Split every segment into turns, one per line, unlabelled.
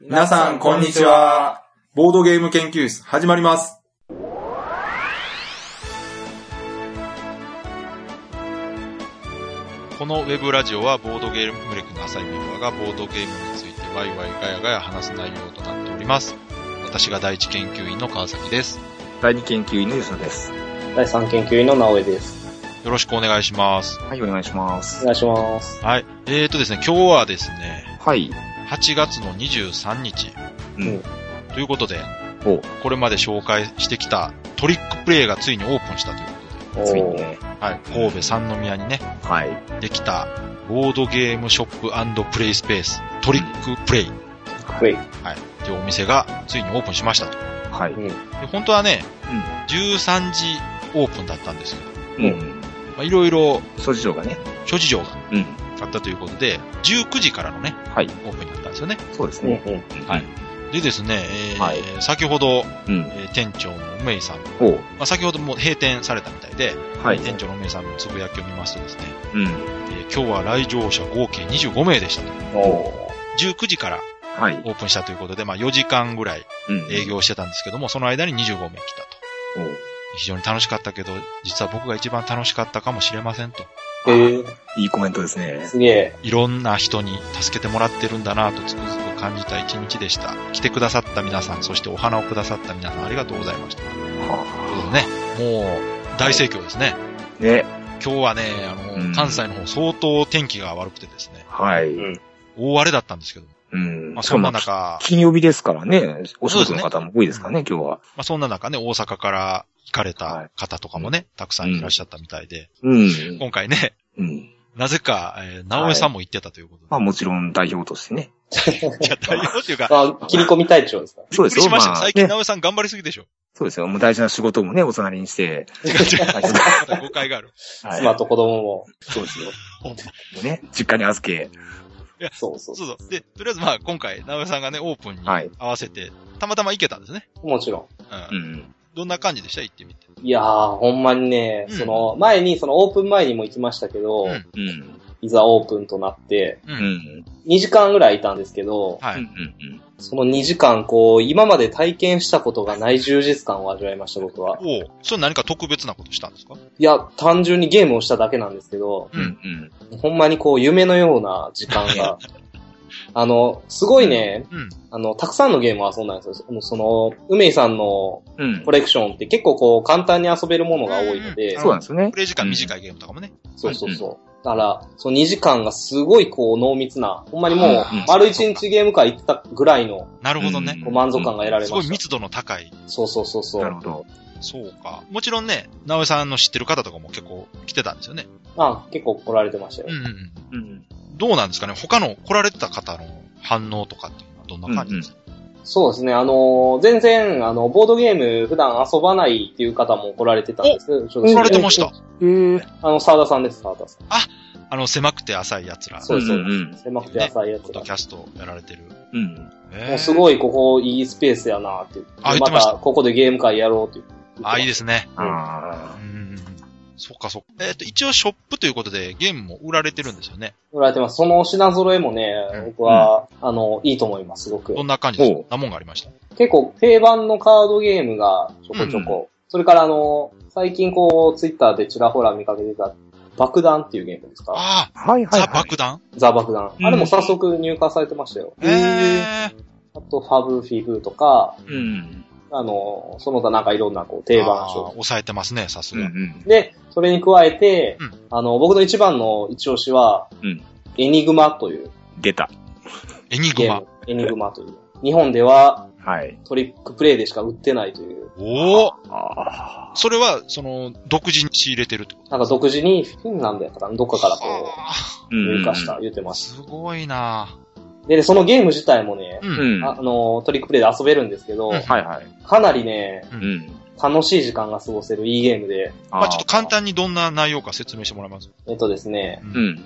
皆さん、こんにちは。ボードゲーム研究室、始まります。
このウェブラジオはボードゲームレクの浅井メンバーがボードゲームについてワイワイガヤガヤ話す内容となっております。私が第一研究員の川崎です。
第二研究員のゆずです。
第3研究員の直江です。
よろしくお願いします。
はい、お願いしま
お
す。
願いします。
はい。えーとですね、今日はですね、
はい。
8月の23日。
うん
ということで、
お
これまで紹介してきたトリックプレイがついにオープンしたという
お
ついに
ー
ね。
ことで、はい。神戸三宮にね、
はい。
できたボードゲームショッププレイスペーストリックプレイ
ほい。。
というお店がついにオープンしましたと。
はいう
ん。
で本当はね、13時オープンだったんですけど、
うん
ん。
まあいろいろ
諸事情がね。
諸事情が
うん。
あったということで、19時からのね、
はい。
オープンだったんですよね。
そうです
うん。
ね。
うん。
はい。でですね、えー
はい
先ほど、
うん。
えー店長の梅井さん、ま
お
あ、先ほどもう閉店されたみたいで、
はい。
店長の梅井さんのつぶやきを見ますとですね、
うん。
えー今日は来場者合計25名でしたと。
おー
19時から
はい。
オープンしたということで、まあ4時間ぐらい
うん
営。業してたんですけども、その間に25名来たと。非常に楽しかったけど、実は僕が一番楽しかったかもしれませんと。
えー、
おいいコメントですね。
すげえ。
いろんな人に助けてもらってるんだなぁとつくづく感じた一日でした。来てくださった皆さん、そしてお花をくださった皆さんありがとうございました。という
は
ことでね、もう大盛況ですね。
あね。
今日はね、あの、
うん
関西の方相当天気が悪くてですね、
は
う
い。
ん。
大荒れだったんですけど、
うん
まあそんな
まあ
中、
金曜日ですからね。お仕事の方も多いですからね、今日は。
まあそんな中ね、大阪から行かれ
は
た
い
方とかもね、たくさんいらっしゃったみたいで、
うん。
今回ね、
うん。
なぜか、えー、直江さんも行ってたということで。
まあもちろん代表としてね。
いや、大丈夫っていうか、
あ、切り込み隊長ですか
そう
び
で
っ
す
くり
よ。
しましたよ。
まあ
最近
ね
直江さん頑張りすぎでしょ。
そうですよ。もう大事な仕事もね、お隣に して。
違う違う。そんなことは誤解がある。
はい
妻と子供も。
そうですよ。
ほんま
ね、実家に預け。
そうそう
そうそう。で、とりあえずまあ今回、直江さんがね、オープンに
はい
合わせて、たまたま行けたんですね。
もちろ
うん。
うん。
どんな感じでした行ってみて。
ん。いやー、ほんまにね、
うん
その、前に、そのオープン前にも行きましたけど、
うん
うん。
いざオープンとなって、
う。
うんん。
2時間ぐらいいたんですけど、
は
う
い。
ん。
その2時間、こう、今まで体験したことがない充実感を味わいました、僕は。
おうそれ何か特別なことしたんですか
いや、単純にゲームをしただけなんですけど、
うん。うん。
ほんまにこう、夢のような時間 が。あの、すごいね、
うん。
あの、たくさんのゲームを遊んだんですよ。その、梅井さんの
うん。
コレクションって結構こう、簡単に遊べるものが多いので、
うん
そうなんですよね
プ。レイ時間短いゲームとかもね。
そうそうそう。だから、その2時間がすごいこう、濃密な、ほんまにも
うん
う、丸1日ゲーム会行ってたぐらいの
なるほどね
う
こ。う満足感が得られ
す
ま
ごい
した。
密度の高い。
そうそうそうそ
なる
う
ほ。ど。
そうか。もちろんね、直江さんの知ってる方とかも結構来てたんですよね。
あ、結構来られてましたよ
うんう。んうん。
うん。
どうなんですかね他の来られてた方の反応とかっていうのはどんな感じですか
そうですね。あのー全然、あの、ボードゲーム普段遊ばないっていう方も来られてたんですけど、ちょっと
来られてました。。
へえ。
あの、沢田さんです、沢田さん。
あの、狭くて浅い奴ら。
そうです、そう
うんうんうん
です。狭くて浅いや
ポ
つ
ッド
が。
キャストやられてる。
うん。
もうす
い。
ごいここいいスペースやなって言って。
あ言ってました
たここでゲーム会やろうって言って。
あ、いいですね。
あ
うん。そっかそっか。えっ、と、一応ショップということでゲームも売られてるんですよね。
売られてます。その品揃えもね
うん、
僕は、あの、いいと思います、すごく
ど。んな感じですか
ほう
なもんがありました。
結構定番のカードゲームがちょこちょこ。それからあの、最近こう、ツイッターでちらほら見かけてた、爆弾っていうゲームですか
あ
あ。はい
あ、
はい
ザ・
は
爆弾
ザ爆弾。
うん
あれも早速入荷されてましたよ。
うん
ええ
あと、ファブフィブとか、
い。うん。
あの、その他なんかいろんなこう定番
あー
商
抑えてますね、さす
うん。う
が。
ん
品。。で、それに加えて、
うん
あの、僕の一番の一押しは、
うん
エニグマという
出た。
エニグ
ゲー
マ
ム。。エニグマという。日本では
はい。
トリックプレイでしか売ってないという、
おお
ああ。
それは、その、独自に仕入れてるってこと
なんか独自にフィンランドやったかな、どっかからこ
あ
う
う、
ん
入荷した、。言って
ー
ます。
すごいな
で、ねそのゲーム自体もね、
う。
うんん。
あ
は
あの、トリックプレイで遊べるんですけど、
うん
いはい。
かなりね、
うん。
楽しい時間が過ごせるいいゲームで、
まあちょっと簡。単にどんな内容か説明してもらえます
えっとですね、
う
う。ん。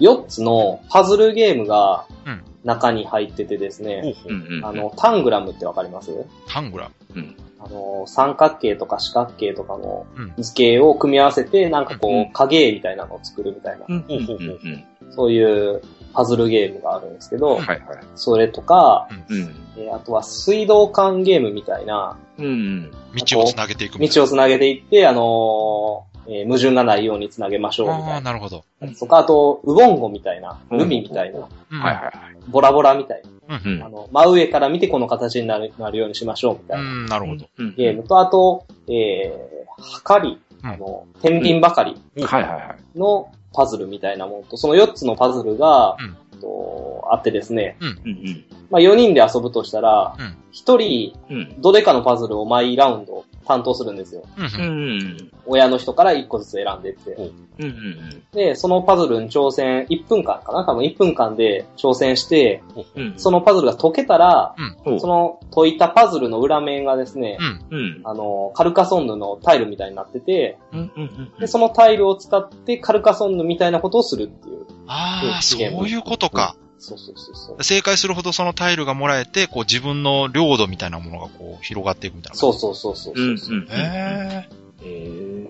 4つのパズルゲームが
うん
中に入っててです
ほう
ね、
ほ
う
う。
ん。
あ、の、タングラムってわかります
タングラム。
あの、三角形とか四角形とかの
うん
図形を組み合わせて、なんか
う
こ
ん
う、影絵みたいなのを作るみたいな、
うん。
ほうほうほう
うん。
そういうパズルゲームがあるんですけど
うん、
はいはい。
それとか、
うん。
えーあとは水道管ゲームみたいな、
うん。
道を繋げていくみたい
道をつなげていって、あのーえー矛盾がないようにつなげましょうみ
あ
た
あ、
いな。
なるほど。
そこあと、ウボンゴみたいな、
うん
海みたいな、
うん
はいはいはい。
ボラボラみたい
うん
う
な、あ
ん。
の、真上から見てこの形になるなるようにしましょうみたいな。
うん、なるほど。
うん
ゲームと、あと、えー、はかり、
うん
あの、天秤ばかり
はいはいはい。
のパズルみたいなものと、その4つのパズルが、
うん
えっとあってですね、
うん
まあ4人で遊ぶとしたら、
うん
1人
うん。うん。
どれかのパズルを毎ラウンド担当するんですよ。
うん、うん。
ん。
親の人から1個ずつ選んでって。
うんうん
で、そのパズルに挑戦、1分間かな多分1分間で挑戦して、
うん。
そのパズルが解けたら、
の
その解いたパズルの裏面がですね
う、ん、
うん。
あの、カルカソンヌのタイルみたいになってて、
うんうんう
で、そのタイルを使ってカルカソンヌみたいなことをするっていう。
あ
う
あ、
ん
そういうことか。
そうそうそうそう。
正解するほどそのタイルがもらえて、こう自分の領土みたいなものがこう広がっていくみたいな。
そうそうそうそうそう、
ん。うん。
へえ。
え。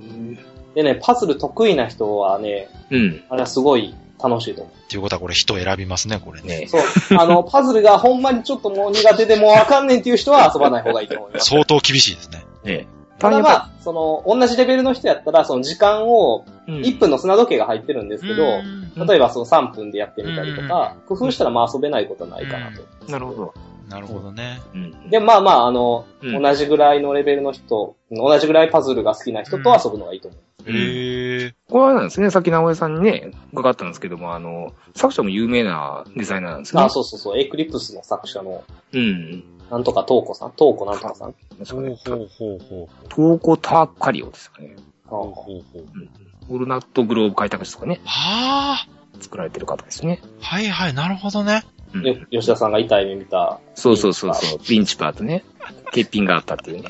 でね、パズル得意な人はね、
うん。
あれはすごい楽しいと思
っていうことはこれ人選びますね、これね。
う。そう。あの、パズルがほんまにちょっともう苦手でもうわかんねんっていう人は遊ばない方がいいと思います。
相当厳しいですね。
ね
ただまあ、その、同じレベルの人やったら、その時間を、1分の砂時計が入ってるんですけど、
うん
うん
例えばその3分でやってみたりとか、工夫したらまあ遊べないことはないかなと。
なるほど。
なるほどね。
うん
で、まあまあ、あの、
うん
同じぐらいのレベルの人、同じぐらいパズルが好きな人と遊ぶのがいいと思う。
うん
へえ。
これはなんですね、さっき直江さんにね、伺ったんですけども、あの、作者も有名なデザイナーなんですね。
あ、そうそうそう、エクリプスの作者の、
う。うん。
なんとかトーコさんトーコなんとかさん
そうね。
うほうほ
トーコ・ターカリオですかね。
うほうほう。
うん。オルナット・グローブ開拓士とかね、
あ
作られてる方ですね。
あ、はいはい、なるほどね。
う
よ
ん。
吉田さんが痛い目見た。
そうそうそうそう、ビンチパーとね、欠品があったっていうね。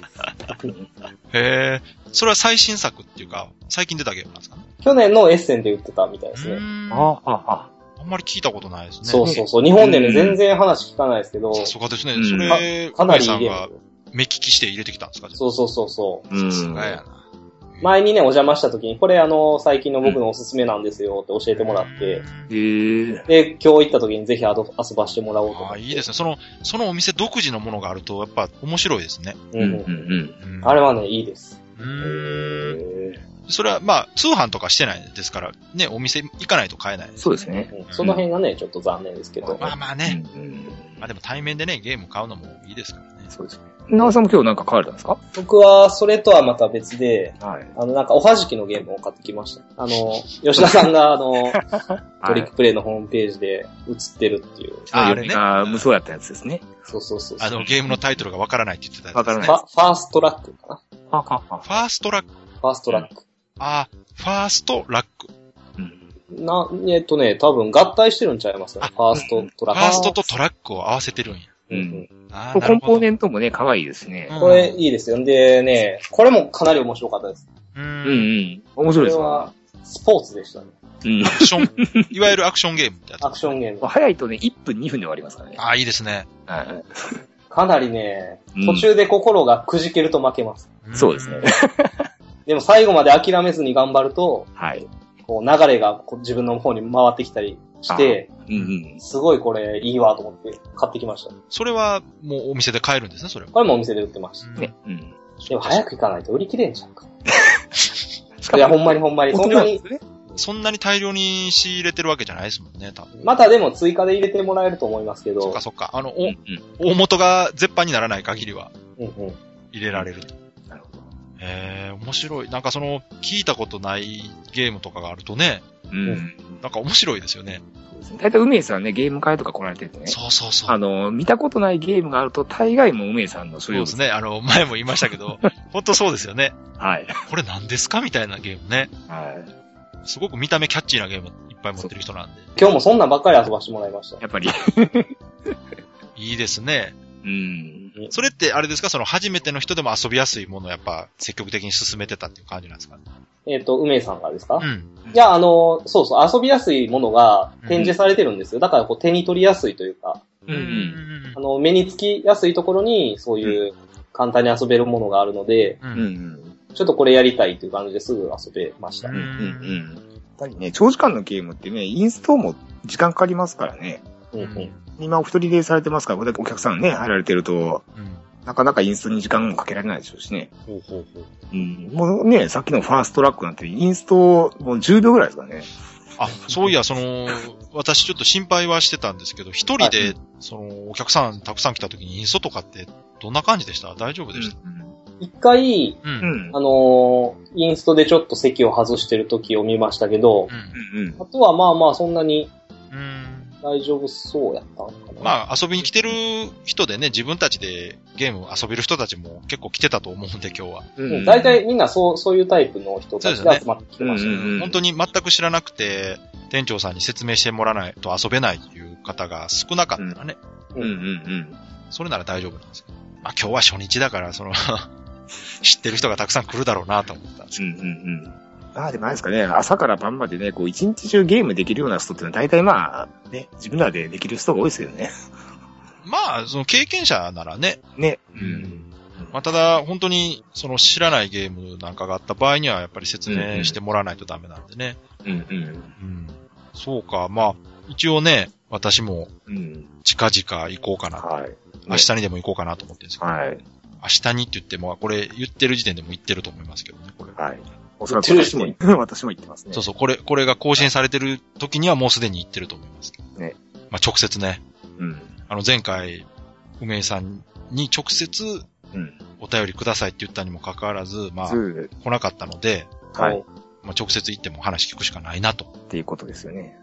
へえ。それは最新作っていうか、最近出たゲームなんですかね。
去年のエッセンで売ってたみたいです
う
ね。
んあ
ああ、あ
んまり聞いたことないですね。
そうそうそう。日本でね、
うん
全然話聞かないですけど、
さすがですね。
うん
それ、
かなり
上
いい
井
ゲ
さんが
ーム。
目利きして入れてきたんですか
そうそうそうそう。
うん。
さすがやな。
前にね、お邪魔した時に、これあの、最近の僕のおすすめなんですよって教えてもらって、
えー、
で、今日行った時にぜひあど遊ばしてもらおうと思っ
ああ、
て。
いいですね。その、そのお店独自のものがあると、やっぱ面白いですね。
う
うんん
う
うんん。
うん。
うん
あれはね、いいです。
う
え
ん
ー、
それは、まあ、通販とかしてないですから、ね、お店行かないと買えない。
そうですね。
うんその辺がね、ちょっと残念ですけど。
まあまあね。
うんうん
まあでも対面でね、ゲーム買うのもいいですからね。
そうですね。直江さんも今日なんか買われたんですか
僕は、それとはまた別で、
はい。
あの、なんか、おはじきのゲームを買ってきました。あの、吉田さんが、あの、トリックプレイのホームページで映ってるっていう。
ああ
あれ
れね
ね。が無双やったやつですね。
そうそうそうそう。
あの、ゲームのタイトルがわからないって言ってたやつ
わから
で
な
す
い
ね
ファファーストラックかな
ははは
ファーストラック。
ファーストラック。
ああ、ファーストラック。
うん。
な、えっとね、多分合体してるんちゃいますね。
あ
ファーストト
フ
ラック。
ァーストとトラックを合わせてるんや。
うんうん
ああ、
これ
な
コ
る
ン
ほ
ポー
ど。
ネントもね、可愛いですね。
これいいですよ。んでね、これもかなり面白かったです。
う
うんんうん。面白
こ
いで
れ
すわ
は。、スポーツでしたね。
うん。
アクション、いわゆるアクションゲー ムってやつ。
アクションゲーム。
早いとね、1分2分で終わりますからね。
ああ、いいですね。
はい
かなりね
うん、
途中で心がくじけると負けます。
ん
そうですね。
でも最後まで諦めずに頑張ると、
はい。
こう流れがこう自分の方に回ってきたりして、
うん
すごいこれいいわと思って買ってきました。
それは、もうお店で買えるんですね、それは。
これもお店で売ってました。
うん。ね。うん。
でも早く行かないと売り切れんちゃうか。
し
いや、ほんまにほんまに。
大
そ
人
ん
な
なん
で
に
す、ね。
そんなに大量に仕入れてるわけじゃないですもんね、多分。
またでも追加で入れてもらえると思いますけ
そっ
ど
か、そっか。あの、
うん
お、大元が絶版にならない限りは
うんうん
入れられると。
うん。なるほど。
へえ、面白い。なんかその、聞いたことないゲームとかがあるとね、
うん。
なんか面白いですよね。
大体、梅井さんね、ゲーム会とか来られててね。
そうそうそう
あ。の、見たことないゲームがあると、大概も梅井さんの
そ
そうういう
ですね。あの、前も言いましたけど、ほんとそうですよね。
はい。
これ何ですかみたいなゲームね。
はい。
すごく見た目キャッチーなゲームいっぱい持ってる人なんで。
今日もそんなんばっかり遊ばしてもらいました。
やっぱり。
いいですね。
うん。
それってあれですかその初めての人でも遊びやすいものをやっぱ積極的に進めてたっていう感じなんですかね。
えっ、と、梅井さんがですか、
うん。
いや、あの、そうそう、遊びやすいものが
うん
展示されてるんですよ。だからこう手に取りやすいというか、
うんうん。
あの、目につきやすいところに、そういう簡単に遊べるものがあるので、
う。
うんん
う。
うんん。
ちょっとこれやりたいという感じですぐ遊べました。
う
うんんうん。やっぱりね、長時間のゲームってね、インストールも時間かかりますからね。
うんうん
うん
今お一人でされてますから、これだけお客さんね、入られてると、
うん。
なかなかインストに時間もかけられないでしょうしね。
ほうほうほう。
うん。もうね、さっきのファーストラックなんて、インスト、もう10秒ぐらいですかね。
あ、そういや、その、私ちょっと心配はしてたんですけど、一人で、その、お客さんたくさん来た時にインストとかって、どんな感じでした大丈夫でした、
一回、
うん、
うん。うん。
あのーインストでちょっと席を外してる時を見ましたけど、
うん。
あとはまあまあそんなに
うん。うん。
大丈夫そうやったのかな。
まあ、遊びに来てる人でね、自分たちでゲーム遊べる人たちも結構来てたと思うんで、今日は。
うん。
うん大体みんなそう、そういうタイプの人たちが集まってきてました。
うんうんうん
本当に全く知らなくて、店長さんに説明してもらわないと遊べないっていう方が少なかったらね、
うん。うん。うん。
それなら大丈夫なんですけど。まあ今日は初日だから、その、 知ってる人がたくさん来るだろうなと思ったんです
うん。
け
うん。うん。まあでもあれですかね、朝から晩までね、こう一日中ゲームできるような人っていうのは大体まあ、ね、自分らでできる人が多いですよね。
ど。まあ、その経験者ならね、
ね。
うん。まあただ、本当に、その知らないゲームなんかがあった場合には、やっぱり説明してもらわないとダメなんでね。
うん。うん。
うん。そうか、まあ、一応ね、私も
うん。
近々行こうかな。
はい。
明日にでも行こうかなと思ってるんですけど、
はい。
明日にって言っても、これ言ってる時点でもう行ってると思いますけどね、これ。
はい。おそらく 私も、私も言ってますね。
そうそう、これ、これが更新されてる時にはもうすでに行ってると思いますけど。
ね。
まあ、直接ね、
うん。
あの、前回、梅井さんに直接
うん。
お便りくださいって言ったにもかかわらず、まあ、
ず
来なかったので、
はい。っ
まあ、直接行っても話聞くしかないなと。
ていうことですよね。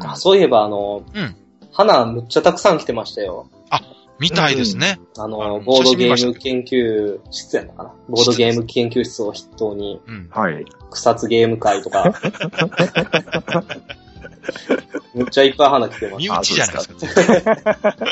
うん。
あそういえば、あの、
うん
花むっちゃたくさん来てましたよ。
みたいですね。
あ
あ
の、
の
ボードゲ
写真
ー
見
ム
ました
研究室やったかな。ボードゲーム研究室を筆頭に、
うん。
はい。
草津ゲーム会と か。むっちゃいっぱい花来てまし
身
た。
内じゃないですか。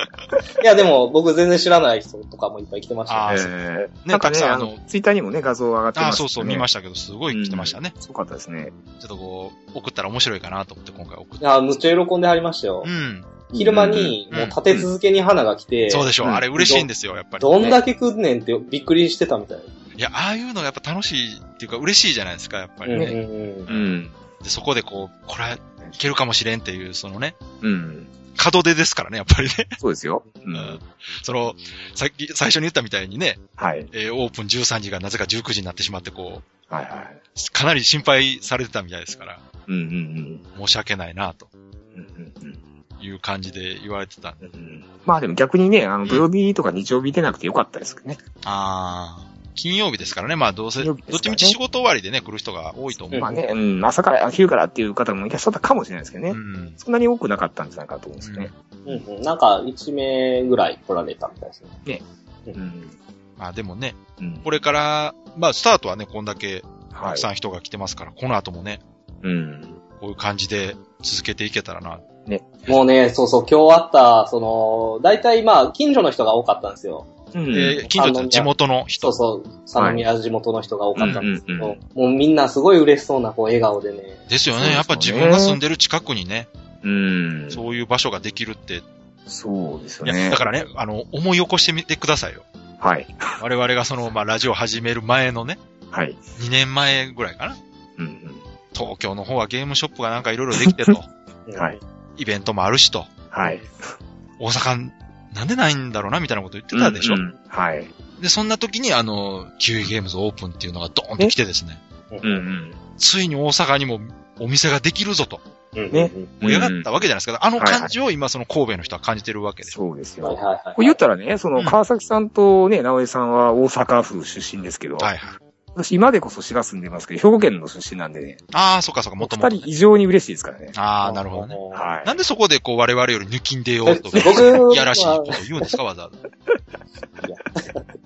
いや、でも僕全然知らない人とかもいっぱい来てました
あ
よ。
ー
えー、
ね
なんか
たく
ね、
さん
あ
あの
の、ツイッターにもね、画像上がって
あ
ま
あ、
す、
そうそう、見ま
し
したけど、すごい来てましたね。
た。すごかったですね。
ちょっとこう、送ったら面白いかなと思って今回送っ
いや、むっちゃ喜んではりましたよ
う。ん。
昼間に
うん
もう立て続けに花が来て、
そうでしょう。
うん
あれ嬉しいんですよ、やっぱり。
どんだけ来んねんってびっくりしてたみたい。
いや、ああいうのがやっぱ楽しいっていうか嬉しいじゃないですか、やっぱ
う
り
ん
ね。
うん
う。ん。
で、そこでこう、これ、いけるかもしれんっていう、そのね、
うん。
角出ですからね、やっぱりね。
そうですよ。う。。
うんその、さっき、最初に言ったみたいにね、
はい。
えーオープン13時がなぜか19時になってしまって、こ
はいはい。
う、かなり心配されてたみたいですから、
うんうん
申し訳ないな、と
うん。うんうん
いう感じで言われてた。
うんうんまあでも逆にね、あの、土曜日とか日曜日出なくてよかったですけどね。
あー。金曜日ですからね、まあどうせ、
金曜日ですからね
どっちみち仕事終わりでね、来る人が多いと思う。
まあね、うん、朝から、あ昼からっていう方もいらっしゃったかもしれないですけどね。
うん。
そんなに多くなかったんじゃないかと思うんですよね。
うんうんなんか1名ぐらい来られたみたいですね。
うん。
まあでもね、
うん。
これから、まあスタートはね、こんだけた
は
く
い。
さん人が来てますから、この後もね、
うん。
こういう感じで続けていけたらな。
もうね、そうそう、今日あった、その、大体まあ、近所の人が多かったんですよ。
うん
で、近所って地元の人。
そうそう、佐宮地元の人が多かったんですけど、
はい
もうみんなすごい嬉しそうなこう笑顔でね、
ですよ
そうですよ
ね。
ね
やっぱ自分が住んでる近くにね、
うん。
そういう場所ができるって。
そうですよ
いや、
ね。
だからね、あの、思い起こしてみてくださいよ。
はい。
我々がその、まあ、ラジオ始める前のね、
はい。
2年前ぐらいかな。
うん
東京の方はゲームショップがなんかいろいろでき てと、
うん
はい
イベントもあるしと、
うん。はい。
大阪、なんでないんだろうなみたいなこと言ってたでしょ。
うんうんはい。
で、そんな時にあの、キウイゲームズオープンっていうのがドーンと来てですね、
うんうん。
ついに大阪にもお店ができるぞと、
うん
ね
盛り上がったわけじゃないですか。あの
はいはい
感じを今その神戸の人は感じてるわけでしょ。
そうです
はい
よ。
はい
こ
は
れ
い。
言ったらね、そ
う
の、
ん
川崎さんとね、直江さんは大阪府出身ですけど、
はいはい。
私今でこそ滋賀住んでますけど、兵庫県の出身なんでね、
ああ、そっかそっか、もとも
二
とね。
人異常に嬉しいですからね。
ああ、なるほどね。
は
はい。
なんでそこでこう我々より抜きんでようとか、
え僕
いやらしいこと言うんですか、わざわざ。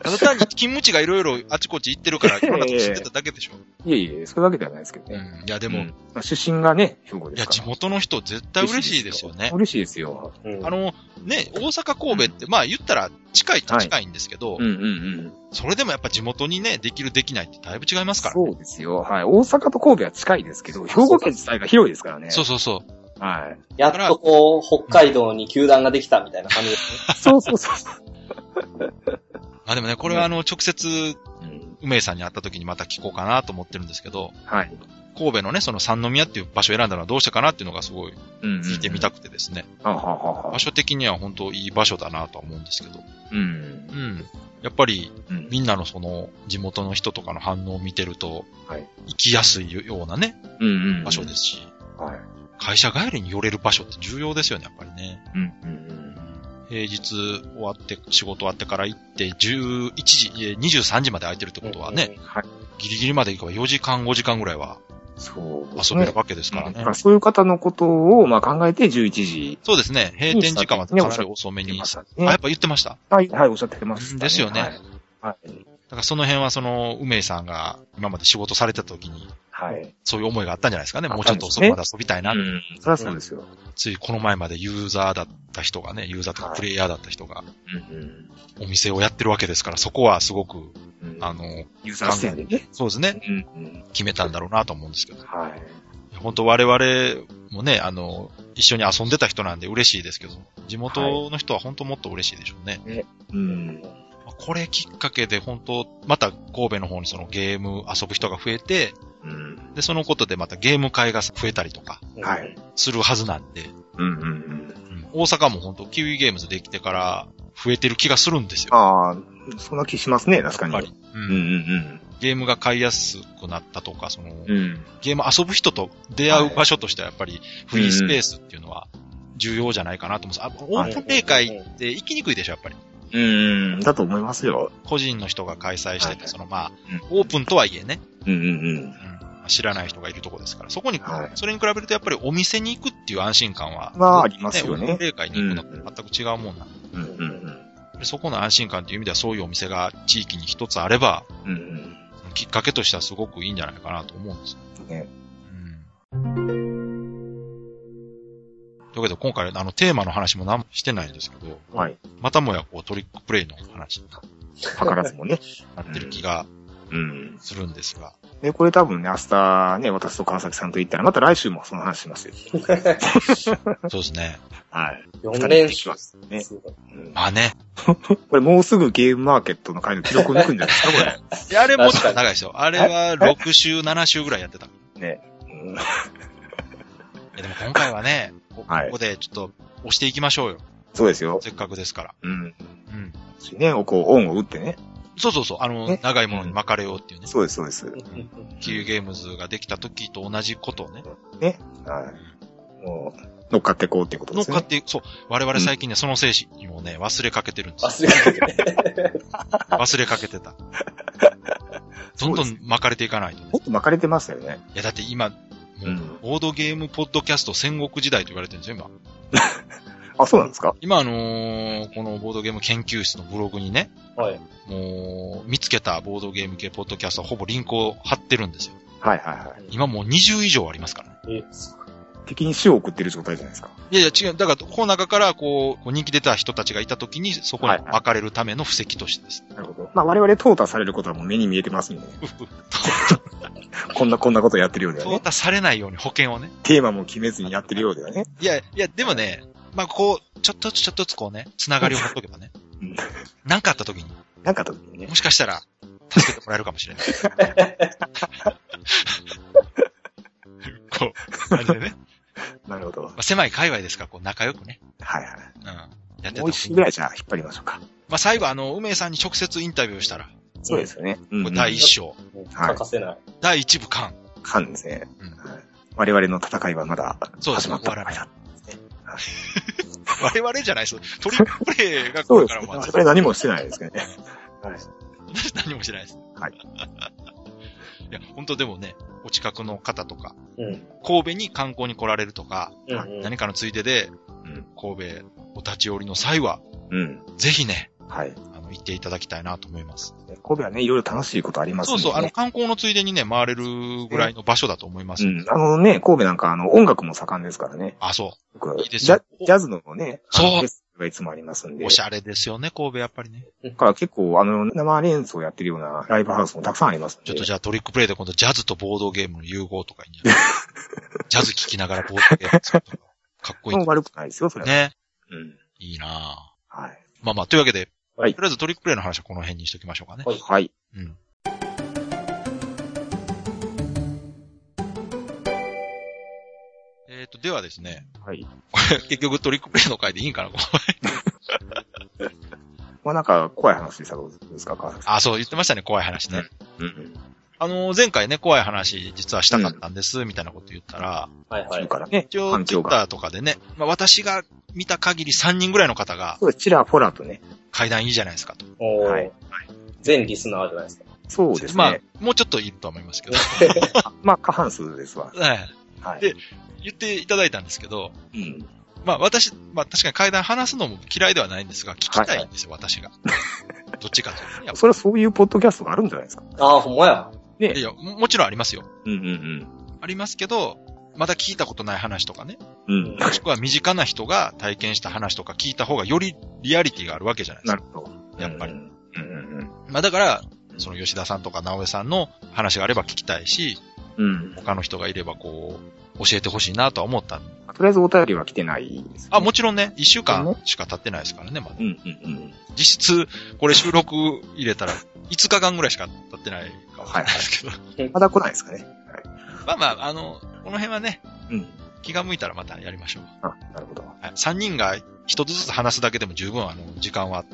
ただ単に勤務地がいろいろあちこち行ってるから、いろんなとこ知ってただけでしょ。
いえいえ、そういうわけではないですけど
う
ね。
ん。いや、でも、
うん、まあ出身がね、兵庫
い
で
や、
すから。
地元の人絶対嬉しいですよね。
嬉しいですよ。
うん
あの、ね、大阪神戸って、まあ言ったら近いっちゃ近いんですけど、
うんうんうん。
それでもやっぱ地元にね、できるできないってだいぶ違いますからね。
そうですよ。はい。大阪と神戸は近いですけど、兵庫県自体が広いですからね。
そうそうそう。
はい。
やっとこう、北海道に球団ができたみたいな感じですね。
そうそうそうそう。
まあでもね、これはあの、直接、
うん
梅井さんに会った時にまた聞こうかなと思ってるんですけど、
はい。
神戸のね、その三宮っていう場所を選んだのはどうしてかなっていうのがすごい
うん。
聞いてみたくてですね。
はあはあはあは
場所的には本当いい場所だなとは思うんですけど。
うん
う。ん。やっぱり
うん。
みんなのその地元の人とかの反応を見てると、
はい
行きやすいようなね、
うんうん。
場所ですし、
はい。
会社帰りに寄れる場所って重要ですよね、やっぱりね。
うんうん
平日終わって、仕事終わってから行って、11時、えー23時まで空いてるってことはね、
うんうん
ギリギリまで行けば4時間、5時間ぐらいは
うん。そうです
遊
ね。
べるわけですからね。
まあそういう方のことをまあ考えて11時
そうですね、閉店時間はかなり遅め
って
に。
まし
あ、
た
やっ
ね。
ぱ言ってました。
はい、はい、おっしゃってました、
ですよね
はい。はい。
だからその辺はその、梅井さんが今まで仕事されてた時に、
はい。
そういう思いがあったんじゃないですかね。
あ
もうちょっと遅くまで遊びたいな。
うん。そりゃそうですよ。
ついこの前までユーザーだった人がね、ユーザーとか
はい
プレイヤーだった人が、
うん
お店をやってるわけですから、そこはすごく、
うん。
あ、の、
ユーザー視点でね。
そうですね、
うんうん。
決めたんだろうなと思うんですけど。
はい。
本当我々もね、あの、一緒に遊んでた人なんで嬉しいですけど、地元の人は本当もっと嬉しいでしょうね。
うん。
まあこれきっかけで本当、また神戸の方にそのゲーム遊ぶ人が増えて、
うん。
で、そのことでまたゲーム会が増えたりとか
うん
はい。
するはずなんで、
うんうんうん。
うん大阪も本当キウイゲームズできてから増えてる気がするんですよ。
ああ、そんな気しますね、確かに。
やっぱり。う
うんんうん
ゲームが買いやすくなったとか、その、
うん。うん。
ゲーム遊ぶ人と出会う場所としてはやっぱりフリースペースっていうのは重要じゃないかなと思うんです。あ、オープン例会って行きにくいでしょ、やっぱり。
うん。だと思いますよ。
個人の人が開催して
は
て、
い
そのまあ、オープンとはいえね、
うんうん
うん知らない人がいるとこですから、そこに
はい、
それに比べるとやっぱりお店に行くっていう安心感は、
うん。まあ、ありますよ
オー
ね
プン。例会に行くのと全く違うもんなんで
うんうんうん。
で、そこの安心感という意味ではそういうお店が地域に一つあれば、
うん
きっかけとしてはすごくいいんじゃないかなと思うんですよ
うん。ね。
うんというわけで今回、あの、テーマの話も何もしてないんですけど、
はい。
またもやこうトリックプレイの話に
宝ずもね。
なってる気が
うん。
するんですが、
で、これ多分ね、明日ね、私と川崎さんと行ったら、また来週もその話しますよ。
そうですね。
はい。
4連勝
ますね。
すごい
うん
まあね。
これもうすぐゲームマーケットの回の記録抜くんじゃないですか、
あれもっと
確かに
長いですよ。あれは6週、7週ぐらいやってた。い
これ。ね。 うん
やでも今回はね、こ
はい
ここでちょっと押していきましょうよ。
そうですよ。
せっかくですから。
うん。
うん。
ね、こう、オンを打ってね。
そうそうそう。あの
ね、
長いものに巻かれようっていうね。
そうです、そうです。
キューゲームズができた時と同じことをね。
はい。もう、乗っかってこうってこと
乗
で
っ
す
か
ね
っ。て、そう。我々最近ね、その精神をね、忘れかけてるんですよ
忘れかけて。
忘れかけてた。 どんどん巻かれていかないとね。
もっと巻かれてますよね。
いや、だって今、もう、
うん
ボードゲームポッドキャスト戦国時代と言われてるんですよ、今。
あ、そうなんですか
今、あのーこのボードゲーム研究室のブログにね、
はい。
もう、見つけたボードゲーム系ポッドキャストはほぼリンクを貼ってるんですよ。
はいはいはい。
今もう20以上ありますからね。
え、すごい
敵に死を送ってる状態じゃないですか。
いやいや、違う。だから、この中から、こう、こう人気出た人たちがいた時に、そこに巻かれるための布石としてです。
なるほど。まあ我々淘汰されることはもう目に見えてますん でね。こんなこんなことやってるようでは
淘
ね。
汰されないように保険をね。
テーマも決めずにやってるようではね。
いや、いや、でもね、まあ、こう、ちょっとずつちょっとずつこうね、つながりを持っとけばね
うん。
なんかあった時に、
なんかあった時にね
も。しかしたら、助けてもらえるかもしれない。こう、感じでね。
なるほど。は
まあ、狭い界隈ですから、こう、仲良くね。
いは
うん。やっ
い。
てた
もう
方が
一
い
周
い
ぐらいじゃあ引っ張りましょうか。
まあ、最後、あの、梅井さんに直接インタビューしたら、
そうですよね。う
これ第一章、
うん
はい
欠かせない。
第一部間。
感ですね。
うん
はい我々の戦いはまだ
そうです
始まったばかりだ。
我々じゃないです。トリックプレイが
そ
こ
う
れ
で
か
すね。我
らもある
々何もしてないですけど ね。はい。
何も しないです。
はい。
いや、本当でもね、お近くの方とか、
うん。
神戸に観光に来られるとか、
うん
は
うん。
何かのついでで、
うん
神戸お立ち寄りの際は、
うん。
ぜひね、
はい。
あの、行っていただきたいなと思います。
神戸はね、いろいろ楽しいことあります
そ
ん
う
で
そう、あの、
ね。
観光のついでにね、回れるぐらいの場所だと思います。
うん。あのね、神戸なんかあの、音楽も盛んですからね。
あ、そ
僕
いいです
ジ
よ
ャジャズのね、あの
そう
フェスがいつもありますん
う。
で。
おしゃれですよね、神戸やっぱりね。
だから結構、あの、生演奏をやってるようなライブハウスもたくさんありますんで。
ちょっとじゃあトリックプレイで今度ジャズとボードゲームの融合とかい いんじゃないジャズ聴きながらボードゲームするとか。かっこいい
もう悪くないですよ、それは。
ね。
うん。
いいなぁ。
はい。
まあまあ、というわけで、
はい
とりあえずトリックプレイの話はこの辺にしときましょうかね。
はい
はい。
うん。と、ではですね、
はい。
結局トリックプレイの回でいいんかな、ここ
まあなんか、怖い話でしたらどうですか、川崎さ
あ、そう、言ってましたね、怖い話ね。
ん。うん。
あのー、前回ね、怖い話実はしたかったんです、みたいなこと言ったら、
はいは
自分
い。
からね、
一応、
反
ツイ
響
ッ
が。
ターとかでね、まあ、私が見た限り3人ぐらいの方が、
そうです、ちらほらとね。
階段いいじゃないですかと。
おー、
はいはい
全リスナーじゃないですか。
そうです
まあ
ね。、
もうちょっといると思いますけど、
まあ、過半数です わ。
ね
はい。
で言っていただいたんですけど、
うん。
まあ私、まあ確かに階段話すのも嫌いではないんですが、聞きたいんですよ、私が。どっちかというとねやっ
それはそういうポッドキャストがあるんじゃないですか。
ああ、ほんまや。
ぱ。いや、ももちろんありますよ。
うんうん
ありますけど、まだ聞いたことない話とかね、
うん。
うん
もしくは身近な人が体験した話とか聞いた方がよりリアリティがあるわけじゃないです
な
か。
るほど。
やっぱり
うんうん
まあだから、その吉田さんとか直江さんの話があれば聞きたいし、
うん。うん。
他の人がいればこう、教えてほしいなとは思った。
とりあえずお便りは来てないですね。
あ、もちろんね、一週間しか経ってないですからね、まだ。
うんうんうん。
実質、これ収録入れたら5日間ぐらいしか経ってないかもしれないですけど。
まだ来ないですかね。
まあまあ、あの、この辺はね、
うん。
気が向いたらまたやりましょう。
あ、なるほど。
はい、3人が一つずつ話すだけでも十分、あの、時間は、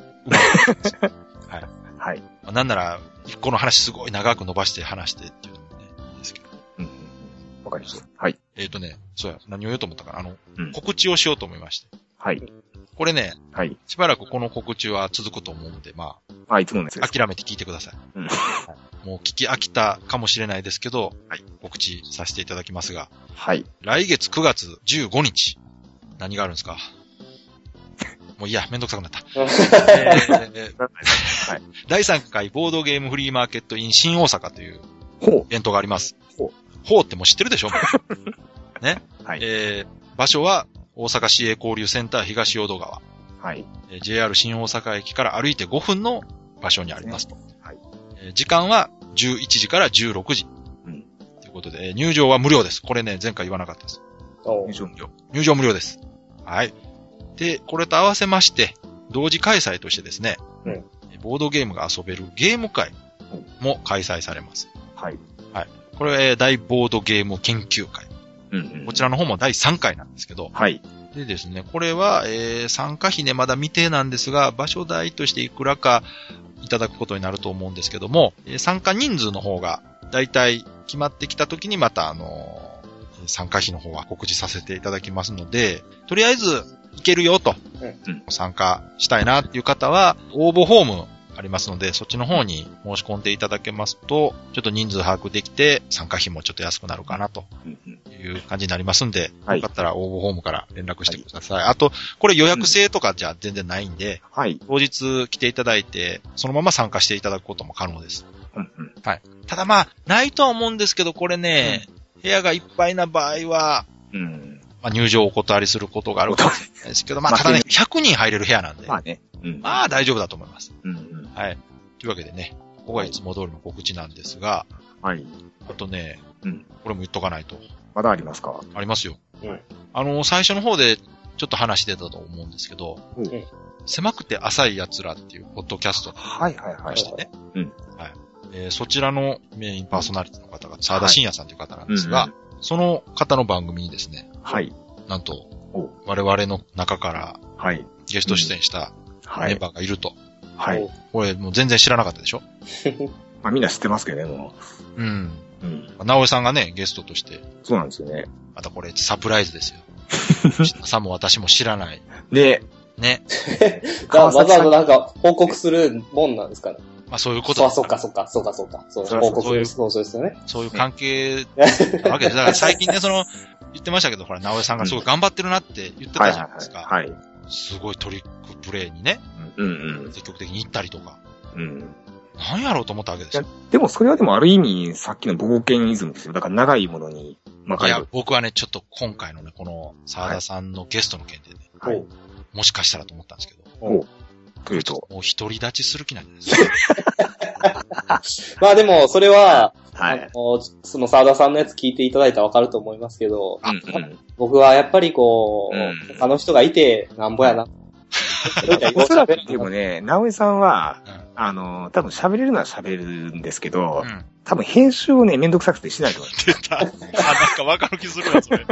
はい。
ま あなんなら、この話すごい長く伸ばして話してっていうのもね、いいですけど。
うんうんうん。わかりました。はい。
えっ、とね、そうや、何を言おうと思ったかな。あの、
うん
告知をしようと思いまして。
はい。
これね、
はい。
しばらくこの告知は続くと思うんで、ま
まあ、いつものやつで
あ、
す。
諦めて聞いてください。
うん
はいもう聞き飽きたかもしれないですけど、
はい
告知させていただきますが、
はい。
来月9月15日、何があるんですかもういいや、めんどくさく なった。えーえー
はい
第3回ボードゲームフリーマーケットイン新大阪という
ほ
イベントがあります。
ほ
ほ
う
う。ってもう知ってるでしょね。
はい
えー場所は大阪市営交流センター東淀川、
う。はい。
えー JR 新大阪駅から歩いて5分の場所にありますと。
はい
えー時間は11時から16時。
うん
ということで、えー入場は無料です。これね、前回言わなかったです。
お
以
ー
上。
入場無料です。はい。で、これと合わせまして、同時開催としてですね、
うん
ボードゲームが遊べるゲーム
う
会
ん
も開催されます。
はい。
これ、えー大ボードゲーム研究会。
うんうん
こちらの方も第3回なんですけど、
はい。
でですね、これは、えー参加費ね、まだ未定なんですが、場所代としていくらかいただくことになると思うんですけども、えー参加人数の方が、だいたい決まってきた時にまた、あのー参加費の方は告示させていただきますので、とりあえず、行けるよと、
うんうん
参加したいなっていう方は、応募フォームありますので、そっちの方に申し込んでいただけますと、ちょっと人数把握できて、参加費もちょっと安くなるかなと
うんうん
いう感じになりますんで、
はい
よかったら応募フォームから連絡してください。あと、これ予約制とかじゃ全然ないんで、
はい。
当日来ていただいて、そのまま参加していただくことも可能です。
うんうん
ただまあ、ないとは思うんですけど、これね、部屋がいっぱいな場合は、
うん。
まあ、入場をお断りすることがあるかもしれないですけど、まあ、ただね、100人入れる部屋なん で、
ま
ま
あね。うん。
あ大丈夫だと思います。
うんうん。
はい。というわけでね、ここはいつも通りの告知なんですが、
はい。
あとね、
うん
これも言っとかないと。
まだありますか
ありますよ。
うん
あの、最初の方でちょっと話出たと思うんですけど、
うん
狭くて浅い奴らっていうポッドキャストが
はいはいは
ありま
い。
してね。
うん
はいえーそちらのメインパーソナリティの方が、沢田信也さんという方なんですが、
うん
その方の番組にですね、
はい。
なんと
お、
我々の中から
はい。
ゲスト出演した
は
メン
い。
バーがいると。
はい。
これもう全然知らなかったでしょ
まあみんな知ってますけどね、も
うん。
う。うん。
直江さんがね、ゲストとして、
そうなんですよね。
またこれサプライズですよ。 さも私も知らない。
で、
ね。
が
川
わざわ
崎さん
ざなんか報告するもんなんですかね。
まあそういうこ
そ
と
う
だ
そっかそっか、そうかそうか。そう、
そらそ
報
う
告
そう
す
いう
る。そうそうですよね。
そういう関係なわ けです。だから最近ね、その、言ってましたけど、ほら、直江さんがすごい頑張ってるなって言って
は
た
い
じゃ
は
ないです
い
か。
はい。はい。
すごいトリックプレイにね、
うん
積極的に行ったりとか、
うん。うん。
なんやろうと思ったわけですよ。
でもそれはでもある意味、さっきの冒険イズムですよ。だから長いものに、ま
い
か
や
る。、
僕はね、ちょっと今回のね、この沢田さんのゲストの件でね、
はい
おう
もしかしたらと思ったんですけど、
というと。
もう独り立ちする気なんじゃないですか。
まあでも、それは、
は
あ
い。
のその沢田さんのやつ聞いていただいたらわかると思いますけど、
うんうん
僕はやっぱりこう、
うん
他の人がいてなんぼやな。
おそらくでもね、直江さんは、
うん
あの、多分喋れるのは喋れるんですけど、
うん。
多分編集をね、めんどくさくてしないと思います。
出た。あ、なんかわかる気するわ、それ。
そ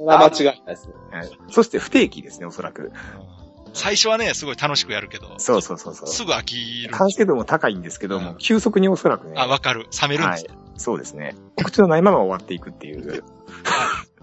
れは間違いないですね。
はいそして不定期ですね、おそらく。
最初はね、すごい楽しくやるけど、
そうそうそうそ
すぐ飽き
う。
る。
完成度も高いんですけども、
うん
急速におそらくね。
あ、わかる。冷めるんですね。
そうですね。お口のないまま終わっていくっていう。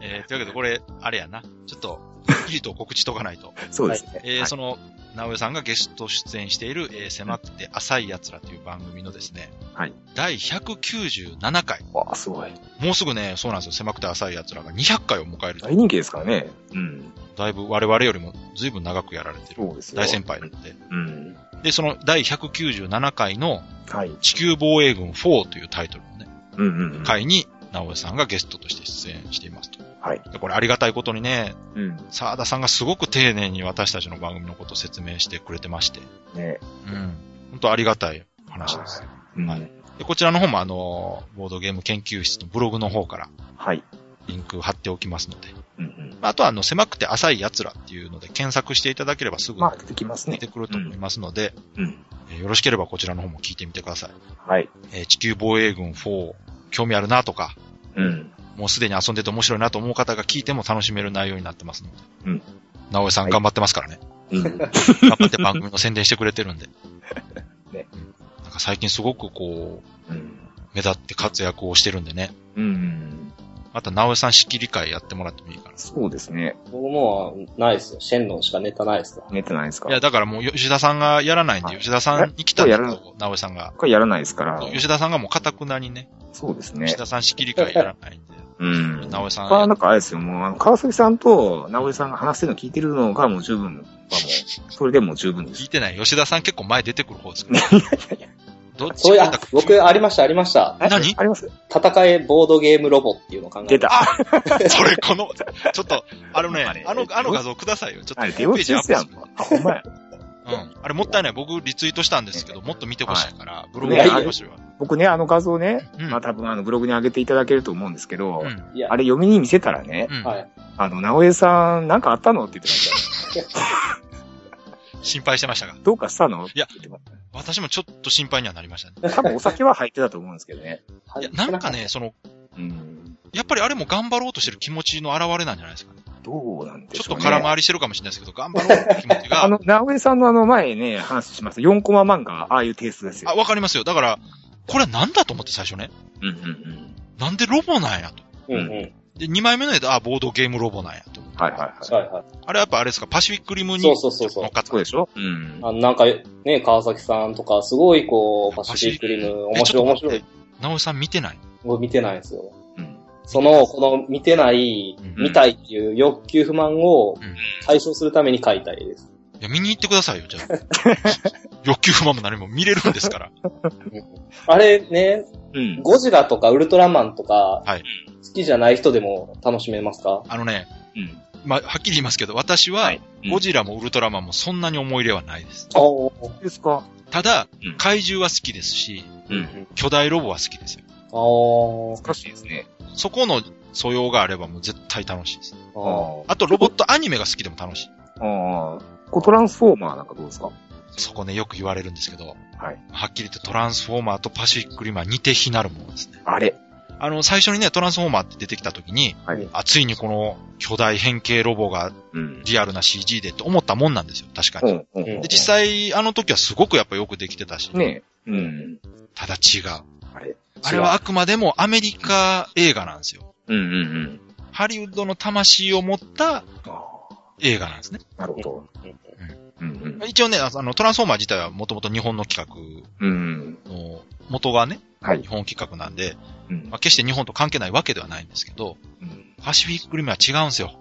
えーというわけでこれ、あれやな。ちょっと、はっきりと告知しとかない と。
そうですね。
えー
はい
その、直江さんがゲスト出演している、えー狭くて浅い奴らという番組のですね、
はい
第197回。
わあ、すごい。
もうすぐね、そうなんですよ。狭くて浅い奴らが200回を迎えると。
大人気ですからね。うん。
だいぶ我々よりも随分長くやられてる。
そうですよ。
大先輩なんで。
うん。
で、その第197回の
はい。
地球防衛軍4というタイトルのね、
うんうんうん。
回に直江さんがゲストとして出演していますと。
はい。
でこれありがたいことにね、
うん。
沢田さんがすごく丁寧に私たちの番組のことを説明してくれてまして、
ね。
うん。本当ありがたい話です。
うん
はいでこちらの方もあの、ボードゲーム研究室のブログの方から
はい。
リンク貼っておきますので、
うんうん。
まああとはあの、狭くて浅い奴らっていうので検索していただければすぐ
まあ、出てきます
出
ね
て。くると思いますので、
うん。
えーよろしければこちらの方も聞いてみてください。
はい。
えー地球防衛軍4、興味あるなとか、
うん。
もうすでに遊んでて面白いなと思う方が聞いても楽しめる内容になってますので。
うん。
直江さん
はい
頑張ってますからね。
うん。
頑張って番組の宣伝してくれて るんで。
ね
うんなんか最近すごくこう、
うん。
目立って活躍をしてるんでね。
うん。
また直江さん仕切り会やってもらってもいいかな。
そうですね。
僕もうないですよ。シェンロンしかネタないですわ。
寝てないですか
いや、だからもう吉田さんがやらないん
は
で、
い
吉田さんに来たんだ
やる
と、直江さんが。
これやらないですから。
吉田さんがもう固くなにね、
そうですね
吉。田さん仕切り会やらないんで、
うん。
直江さん
これはなんかあれですよ、もう、あの、川崎さんと直江さんが話してるの聞いてるのがもう十分、まあもう、それでもう十分で
聞
す
い。てない。吉田さん結構前出てくる方で すから。どっち
そうい
か
や
だ、
僕ありました、ありました。
え
何
あります
戦えボードゲームロボっていうのを考えて
出た。
それ、この、ちょっと、あのね、
あれ
あの、あの画像くださいよ。ちょっと、
あれ、
ホ
出
ー
落
ムページ
ち
ア
で
ッ
す
プ
やん
し。
あ、ほんまや。
ますうん。あれもったいない。僕、リツイートしたんですけど、もっと見てほしいから、ブログ
い
に
やいや
上げましょうよ。
僕ね、あの画像ね、
うん
まあ多分あのブログに上げていただけると思うんですけど、
うん。
いや、
あれ読みに見せたらね、
うん。
はい。
あの、直江さん、なんかあったのって言ってました。
心配してましたが。
どうかしたの
いや
って言ってまし
私もちょっと心配にはなりましたね。
た。多分お酒は入ってたと思うんですけどね。
いや、なんかね、その、
うん。
やっぱりあれも頑張ろうとしてる気持ちの表れなんじゃないですかね。
どうなんで
ちょっ
しょ
と
うね。
空回りしてるかもしれないですけど、頑張ろうって気持 ちが。
あの、直江さんのあの前ね、話しました。4コマ漫画はああいうテイストですよ
あ、。わかりますよ。だから、これは何だと思って最初ね。
うんうんうん。
なんでロボなんやと。
うんうん。
で、2枚目の絵で、あ、ボードゲームロボなんやと。
はいはいはい。
はいはい。
あれはやっぱあれですか、パシフィックリムに
そうそうそうそう
乗っかって
そうでしょうん。
あの、なんか、ね、川崎さんとか、すごいこう、パシフィックリム、面白い面白い。。
なおさん見てない
僕見てないんですよ。
うん
その、この見てない、
うん
見たいっていう欲求不満を
うん。い
解消するために書いたいです。
や、見に行ってくださいよ、じゃあ。 欲求不満も何も見れるんですから。
あれね、
うん。
ゴジラとかウルトラマンとか、
はい
好きじゃない人でも楽しめますか
あのね、
うん。
まあ、はっきり言いますけど、私は、
はい。
ゴジラもウルトラマンもそんなに思い入れはないです。
お
ラですか
ただ、
うん
怪獣は好きですし、
うん。
巨大ロボは好きですよ。
おー
難しいですね。
そこの素養があればもう絶対楽しいです。
あー。
あ
あと、ロボットアニメが好きでも楽しい。
あ。ああ。こうトランスフォーマーなんかどうですか
そこね、よく言われるんですけど、
はい。
はっきり言ってトランスフォーマーとパシフィックリマー似て非なるものですね。
あれ。
あの、最初にね、トランスフォーマーって出てきた時に、
はい。
あ、ついにこの巨大変形ロボが
うん。
リアルな CG でって思ったもんなんですよ、確か
う
に。
ん。うん。
で
で、実際、あの時はすごくやっぱよくできてたし、
ねえ。うん。
ただ違う。
あれ。
あれはあくまでもアメリカ映画なんですよ。
うんうんうん。
ハリウッドの魂を持った
あ
映画なんですね。
あ。なるほど。うんうん。
一応ね、あの、トランスフォーマー自体はもともと日本の企
うん。
画の元がね、
はい
日。本企画なんで、
うん
まあ、決して日本と関係ないわけではないんですけど、
うん
パシフィックリムは違うんですよ。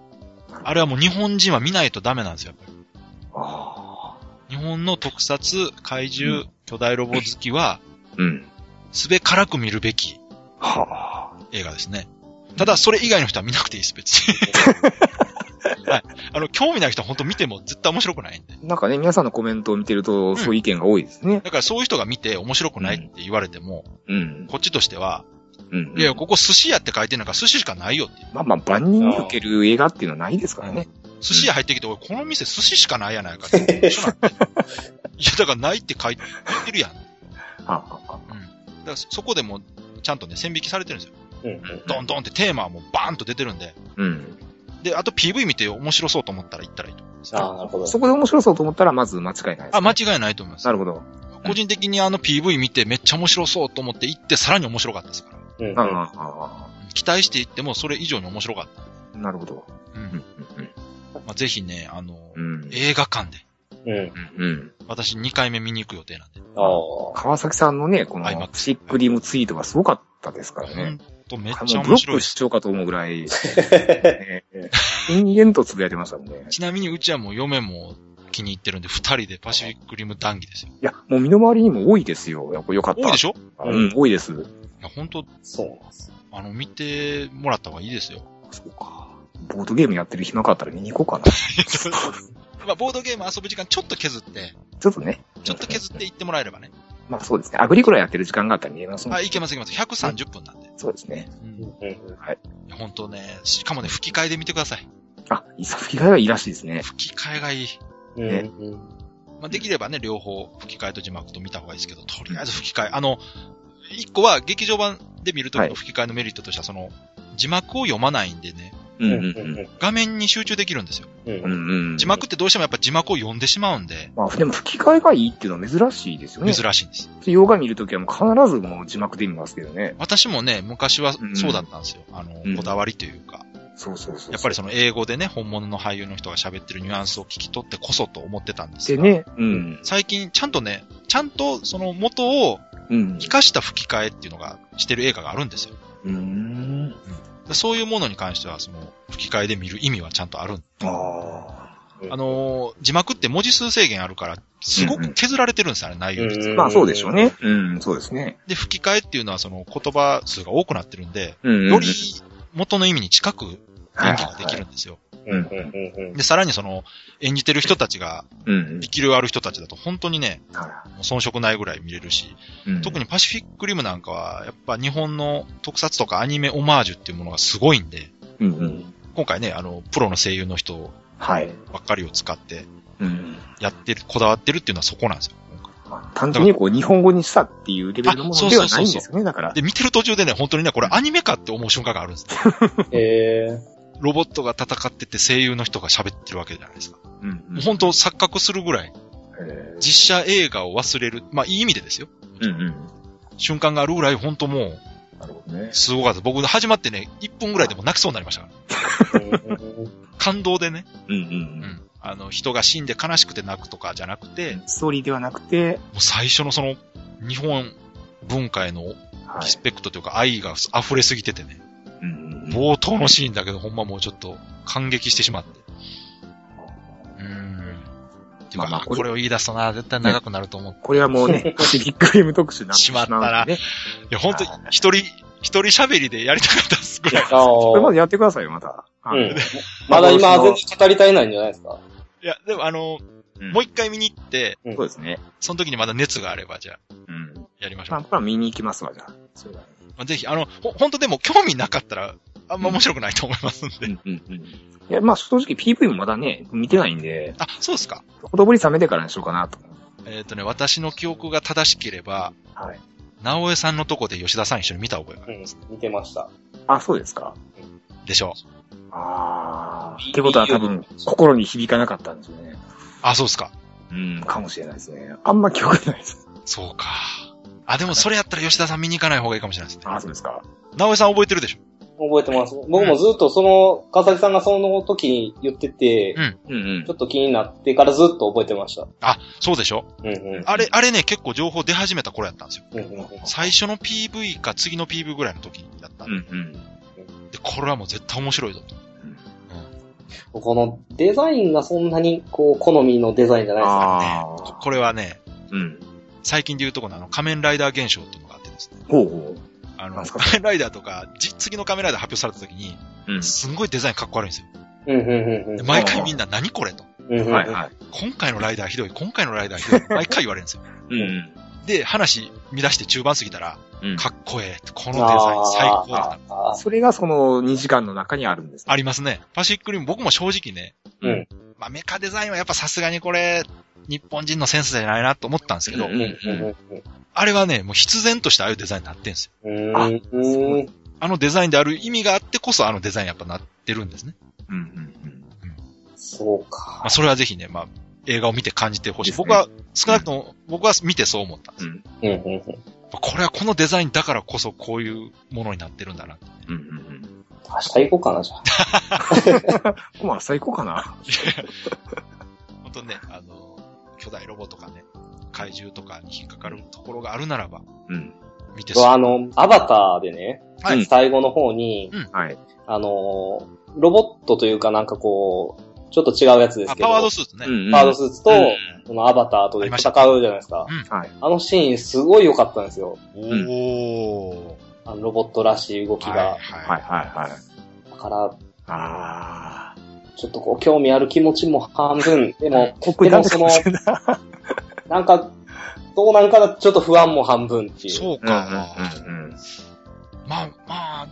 あれはもう日本人は見ないとダメなんですよ。やっぱり
ああ。
日本の特撮、怪獣、巨大ロボ好きは、
うん。
すべからく見るべき
はあ。
映画ですね。ただ、それ以外の人は見なくていいです、別に。はい。あの、興味ない人は本当見ても絶対面白くないんで。
なんかね、皆さんのコメントを見てると、そういう意見が多いですね。
だからそういう人が見て面白くないって言われても、
うん。
こっちとしては、
うん。
いやいや、ここ寿司屋って書いてるんだから寿司しかないよっていう。
まあまあ、万人における映画っていうのはないですからね。
寿司屋入ってきて、おいこの店寿司しかないやないかって。一緒なんでいや、だからないって書いてるやん。
はあはあはあ。
だからそそこでも、ちゃんとね、線引きされてるんですよ。
うんうん。
ドンドンってテーマはもうバーンと出てるんで、
うん。
で、あと PV 見て面白そうと思ったら行ったらいいと思います。
ああ、なるほど。
そこで面白そうと思ったら、まず間違いないです。
あ、間違いないと思います
な。るほど。
個人的にあの PV 見てめっちゃ面白そうと思って行ってさらに面白かったですから。
うんうん
ああ
期待して行ってもそれ以上に面白かった。
あ、なるほど。う
う
ん
ん。
うん
まあ、ぜひね、あの、
うんうん
映画館で、
うん。
うん。
私2回目見に行く予定なんで。
ああ。
川崎さんのね、この
はいま、
シックリムツイートがすごかったですから
ほ
ね。
んとめっち
も
ゃ
うブロッ
面白い
ク
です。
しようかと思うぐらい、ええ人間とつぶやいてましたもんね。
ちなみにうちはもう嫁も気に入ってるんで、二人でパシフィックリム談義ですよ。
いや、もう身の回りにも多いですよ。やっぱよかった。
多いでしょ
ょ
うん、多いです。
いや、本当
そうなんです。
あの、見てもらった方がいいですよ。
そうか。ボードゲームやってる暇があったら見に行こうかな。
まあ、ボードゲーム遊ぶ時間ちょっと削って、
ちょっとね。
ちょっと削って行ってもらえればね。
まあそうですね。アグリコラやってる時間があったら見えますもん
あ、いけますいけます。130分なんで。
そうですね。
うん
う。んうん。
いや、本当ね、しかもね、吹き替えで見てください。
あ、いさふきがいいらしいですね。
吹き替えがいい。
うん
ね
うん。
まあ、できればね、両方吹き替えと字幕と見た方がいいですけど、とりあえず吹き替え。あの、一個は劇場版で見るとき
は
の
い
吹き替えのメリットとしては、その、字幕を読まないんでね、
うん
うん
う
うんん
画面に集中できるんですよ。
うん
うん。うんうん。
字幕ってどうしてもやっぱ字幕を読んでしまうんで、
まあでも吹き替えがいいっていうのは珍しいですよね。
珍しいんです。
洋画見るときはもう必ずもう字幕で見ますけどね。
私もね、昔は
うん
そうだったんですよ。あの
うん、
こだわりというか、
そうそうそう。
やっぱりその英語でね、本物の俳優の人が喋ってるニュアンスを聞き取ってこそと思ってたんです
で
が、
ね、うん。
最近ちゃんとね、ちゃんとその元を
うん。
生かした吹き替えっていうのがしてる映画があるんですよ。
うん。
そういうものに関しては、その、吹き替えで見る意味はちゃんとある。
あ
うん
あのー字幕って文字数制限あるから、すごく削られてるんですよね、内容率
う
あ。
ん
まあそうでしょうね。うん、そうですね。
で、吹き替えっていうのは、その、言葉数が多くなってるんで、
うんうん。
より元の意味に近く演技ができるんですよ。
うんうんうん
で、さらにその、演じてる人たちが、
うん
力量ある人たちだと、本当にね、
は
もう遜色ないぐらい見れるし、
い。うん
特にパシフィックリムなんかは、やっぱ日本の特撮とかアニメオマージュっていうものがすごいんで、
うん
う
うんん。
今回ね、あの、プロの声優の人
はい。
ばっかりを使って、
うん。
やってる、こだわってるっていうのはそこなんですよ。
まあ単純にこう日本語にしたっていうレベルのものではないんですよね、だから。
で、見てる途中でね、本当にね、これアニメかって思う瞬間があるんですよ。
へえ。
ロボットが戦ってて声優の人が喋ってるわけじゃないですか。
うん
もう本当錯覚するぐらい、
えー
実写映画を忘れる。まあ、いい意味でですよ。
うんうん。
瞬間があるぐらい、本当も
なるほどね
う、。すごかった。僕、始まってね、1分ぐらいでも泣きそうになりましたから。
うん
感動でね。
うんう
うんん。あの、人が死んで悲しくて泣くとかじゃなくて、
う
も
ん。ストーリーではなくて、
う最初のその、日本文化への
は
リスペクトというか愛が溢れすぎててね。
い。うんうんうん
冒頭のシーンだけど、ほんまもうちょっと感激してしまって。うーん。ていう
ま
か、
あまあ
これこれを言い出すとな、絶対長くなると思う。
これはも うね、パシフィックリム特集になってしまうんでね
しまったいや、ほんと、一人、一人喋りでやりたかったっすぐらい。
あ
これま
あ。
でやってくださいよ、また。
う
はい
ん。まだ今全然語り足りないんじゃないですか。
いや、でもあの、
うん
もう一回見に行って、
そうですね。
その時にまだ熱があれば、じゃあ、
うん。
やりましょ
ま
う。
あ、これは見に行きますわ、じゃあ。そうだね。
まあ、ぜひ、あの、ほ、ほんとでも興味なかったら、あんま面白くないと思いますんで。
うんうんうん。いや、まあ正直 PV もまだね、見てないんで、
あ、そうですか。
ほとぼり冷めてからにしようかなと。
えっ、とね、私の記憶が正しければ、
はい。
直江さんのとこで吉田さん一緒に見た覚えがあ
う
る。
ん。見てました。
あ、そうですか。
でしょう。
ああ。ってことは多分、心に響かなかったんですよね。
あ、そうですか。
うん、かもしれないですね。あんま記憶ないです。
そうか。あ、でもそれやったら吉田さん見に行かない方がいいかもしれないですね。
あ、そうですか。
直江さん覚えてるでしょ
覚えてます。僕もずっとその、川崎さんがその時に言ってて、
うんうん
ちょ。っと気になってからずっと覚えてました。
あ、そうでしょ
うんうん。
あれ、あれね、結構情報出始めた頃やったんですよ。
うんうんうん
最初の PV か次の PV ぐらいの時だったん
う
で、
んうん。
でこれはもう絶対面白いぞと。
このデザインがそんなにこう好みのデザインじゃないですか。
あ
こ
あ。
これはね、
うん。
最近で言うとこのあの仮面ライダー現象っていうのがあってですね。
ほうほ
あ
な
の、
んすか
仮面ライダーとか、じ次の仮面ライダー発表された時に、
う。うん。
すんごいデザインかっこ悪いんですよ。
うんうんうんう
で
ん。
毎回みんな何これと。
うんうんうん
はいはい。
今回のライダーひどい、今回のライダーひどい。毎回言われるんですよ。
うん
で、話見出して中盤過ぎたら、
うん。うん。
かっこええ。このデザイン最高だな。
あー
それがその2時間の中にあるんですね
ありますね。パシフィックリム、僕も正直ね、
うん
まあメカデザインはやっぱさすがにこれ、日本人のセンスじゃないなと思ったんですけど、
うんうん
うんうん
あれはね、もう必然としてああいうデザインになってんですよ。
うん。うーん。
あのデザインである意味があってこそあのデザインやっぱなってるんですね。
うんうん
そう
まあ、
か。
それはぜひね、まあ、映画を見て感じてほしい。
ですね
僕は、少なくとも、僕は見てそう思ったんで
うん。
す。
うんうんうん。
これはこのデザインだからこそこういうものになってるんだな。
うんうんうん。
明日行こうかな、じゃあ。
まあ、最高かな。
本当ね、あの、巨大ロボとかね、怪獣とかに引っかかるところがあるならば、
うん。
見て
そう
そう。
あの、アバターでね、
はい
最後の方に、
はい。
あの、ロボットというかなんかこう、ちょっと違うやつです
あ
けど、
パワードスーツね。
うんうん
パワードスーツと、
うん
このアバターとで戦うじゃないですか。
ありまし
はい。
あのシーンすごい良かったんですよ。
ん
おー。
あのロボットらしい動きが。
は
は
いはい
はいはい。
だから、
あ
ちょっとこう、興味ある気持ちも半分、でも、
あ。これなんでかもしれない。
なんか、どうなるかちょっと不安も半分ってい
い。
う。
そう
うんう
か。
んうんうん。
まあ、まあ、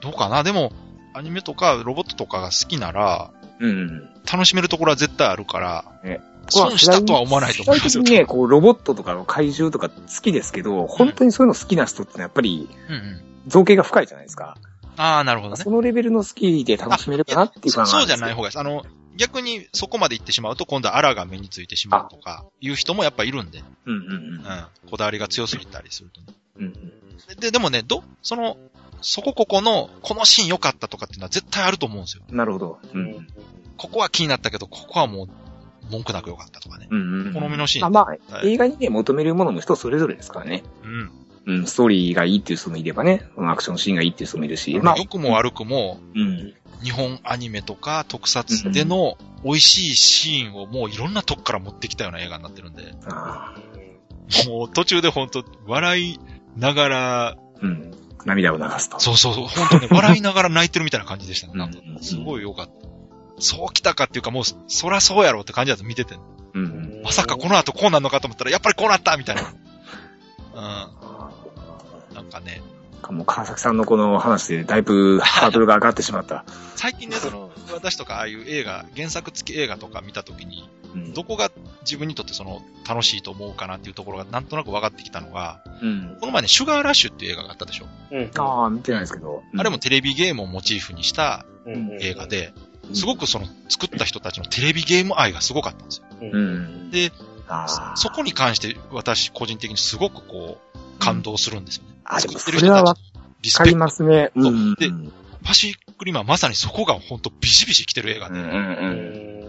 どうかな。でも、アニメとかロボットとかが好きなら、
うんうん。
楽しめるところは絶対あるから、
ね
損したとは思わないと思います
世代
よ。
的にね、こう、ロボットとかの怪獣とか好きですけど、本当にそういうの好きな人ってのはやっぱり
うんうん。
造形が深いじゃないですか。
ああ、なるほどね。
そのレベルの好きで楽しめるかなっていう
そ
感
う
じな
そ
ん
う
で
じゃ
す
ない
けど
方がいいです。あの、逆にそこまで行ってしまうと、今度はアラが目についてしまうとか、いう人もやっぱいるんで、
うんう
うんん。こだわりが強すぎたりするとね。
うん。うん
でで、でもね、ど、その、そこここの、このシーン良かったとかっていうのは絶対あると思うんですよ。
うん。なるほど。う
うんん。
ここは気になったけど、ここはもう、文句なく良かったとかね。
うんうん。
好みのシーン
あまあ、
はい
映画にね、求めるものも人それぞれですからね。
うん。
うん、ストーリーがいいっていう人もいればね、うんアクションシーンがいいっていう人もいるし、まあ、
良くも悪くも、
うん。
日本アニメとか特撮での美味しいシーンをもういろんなとこから持ってきたような映画になってるんで、
ああ、
もう途中で本当笑いながら、
うん。涙を流すと。
そうそうそう、本当に笑いながら泣いてるみたいな感じでしたね。なんか
うん
すごい良かった。そう来たかっていうかもう、そらそうやろって感じだった見てて。
う。
うんん
まさかこの後こうなんのかと思ったら、やっぱりこうなったみたいな。うん。なんかね、
もう川崎さんのこの話でだいぶハードルが上がってしまった。
最近ね、その、私とかああいう映画、原作付き映画とか見たときに、
うん
どこが自分にとってその楽しいと思うかなっていうところがなんとなく分かってきたのが、
うん。
この前ね、シュガーラッシュっていう映画があったでしょ。
うん
ああ、見てないですけど。
あれもテレビゲームをモチーフにした
うんうん
映画で、
うん、
すごくその作った人たちのテレビゲーム愛がすごかったんですよ。
うん
う。ん。
で、
あ
そ
あ、
そこに関して私個人的にすごくこう、感動するんですよね。
あでも
作
そ
ってる
れ
人
は
た
わ
ちのリス
か
ペ
り
クト。
ますね。う。
そうんで
うん
パシフィックリマンまさにそこが本当ビシビシ来てる映画
う
で、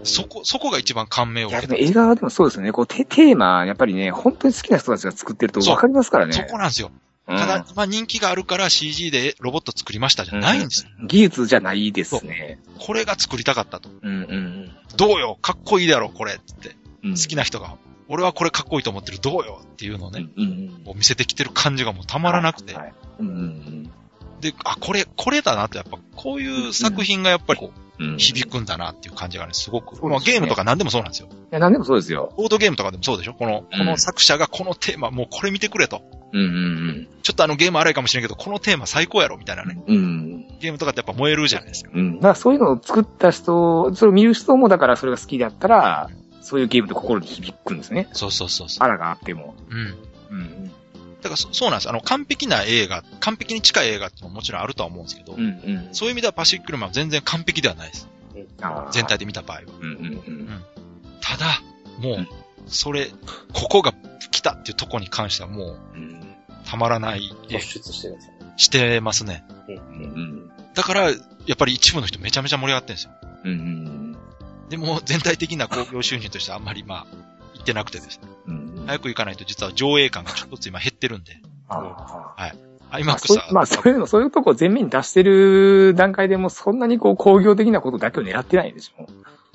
ん
そこ、そこが一番感銘
い
を受
や、
け
で
た
も。映画はでもそうですよね。こう、テテーマ、やっぱりね、本当に好きな人たちが作ってると
そう
わかりますからね。
そこなんですよ。
うん
ただ、今人気があるから CG でロボット作りましたじゃないんですよ。
技術じゃないですね。
これが作りたかったと。
うんうん
どうよかっこいいだろこれって。
うん。
好きな人が、俺はこれかっこいいと思ってる。どうよっていうのをね、
うんうん。
もう見せてきてる感じがもうたまらなくて。
はい。うんうん
で、あ、これ、これだなと、やっぱ、こういう作品がやっぱりこう、
うん。
響くんだなっていう感じがね、すご
そう
く。
ですね
まあゲームとか何でもそうなんですよ。
いや、何でもそうですよ。
ボードゲームとかでもそうでしょこの、こ
う
の
ん
作者がこのテーマ、もうこれ見てくれと。
うんうん
ちょっとあのゲーム荒いかもしれんけど、このテーマ最高やろみたいなね。
うん。うん。
ゲームとかってやっぱ燃えるじゃないですか。
うん。だからそういうのを作った人、それを見る人も、だからそれが好きだったら、そういうゲームって心に響くんですね。
そうそうそうそ
あらがあっても。
う。うん。
うん。
だからそそうなんです。あの、完璧な映画、完璧に近い映画ってのももちろんあるとは思うんですけど、
うんうん。
そういう意味ではパシフィックルマンは全然完璧ではないです。
あー
全。体で見た場合は。
うんうんうん。
ただ、も
うん
う、それ、ここが来たっていうとこに関してはもう、
うん
たまらない、
突出してるんですよね。
してますね。
うん
だから、やっぱり一部の人めちゃめちゃ盛り上がってるんですよ。
うん。うん
でも、全体的な興行収入としてはあんまりまあ、いってなくてですね。
うん。
早く行かないと実は上映感がちょっとずつ今減ってるんで。
あーまあ
IMAX
そう
さ、
まあ、そういうの、そういうとこを前面に出してる段階でも、そんなにこう、工業的なことだけを狙ってないんでしょ。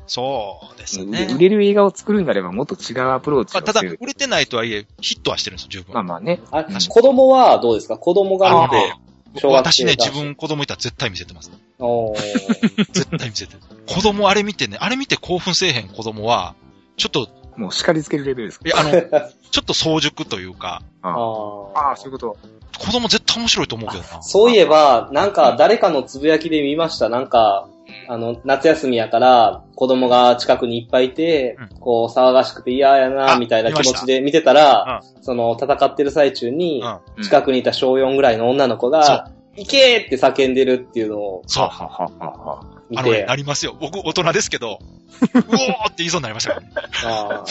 そうですね。
売れる映画を作るんであれば、もっと違うアプローチ
ま
を
あ、ただ、
する
売れてないとはいえ、ヒットはしてるんですよ、十分。
まあまあね。
あれ
確かに
子供はどうですか子供が
あ
見
の
て
ね。
小学
私
生
ね、
男
自
子
分子供いたら絶対見せてます。
おー
絶対見せてる。 子供あれ見てね、あれ見て興奮せえへん子供は、ちょっと、
もう叱りつけるレベルですか
い や、あの、ちょっと早熟というか、
あ
あ
ー
あー、そういうこと。
子供絶対面白いと思うけどな。
そういえば、なんか誰かのつぶやきで見ました。なんか、あの、夏休みやから、子供が近くにいっぱいいて、
う
こう、騒がしくて嫌や
あ
な、みたいな
見ま
気
した
持ちで見てたら、その、戦ってる最中に、
うん。
近くにいた小4ぐらいの女の子
そ
が、いけーって叫んでるっていうのを
そう。
はははは。
見
あのね、
て、
なりますよ。僕、大人ですけ ど、うおーって言いそうになりましたからね。
あ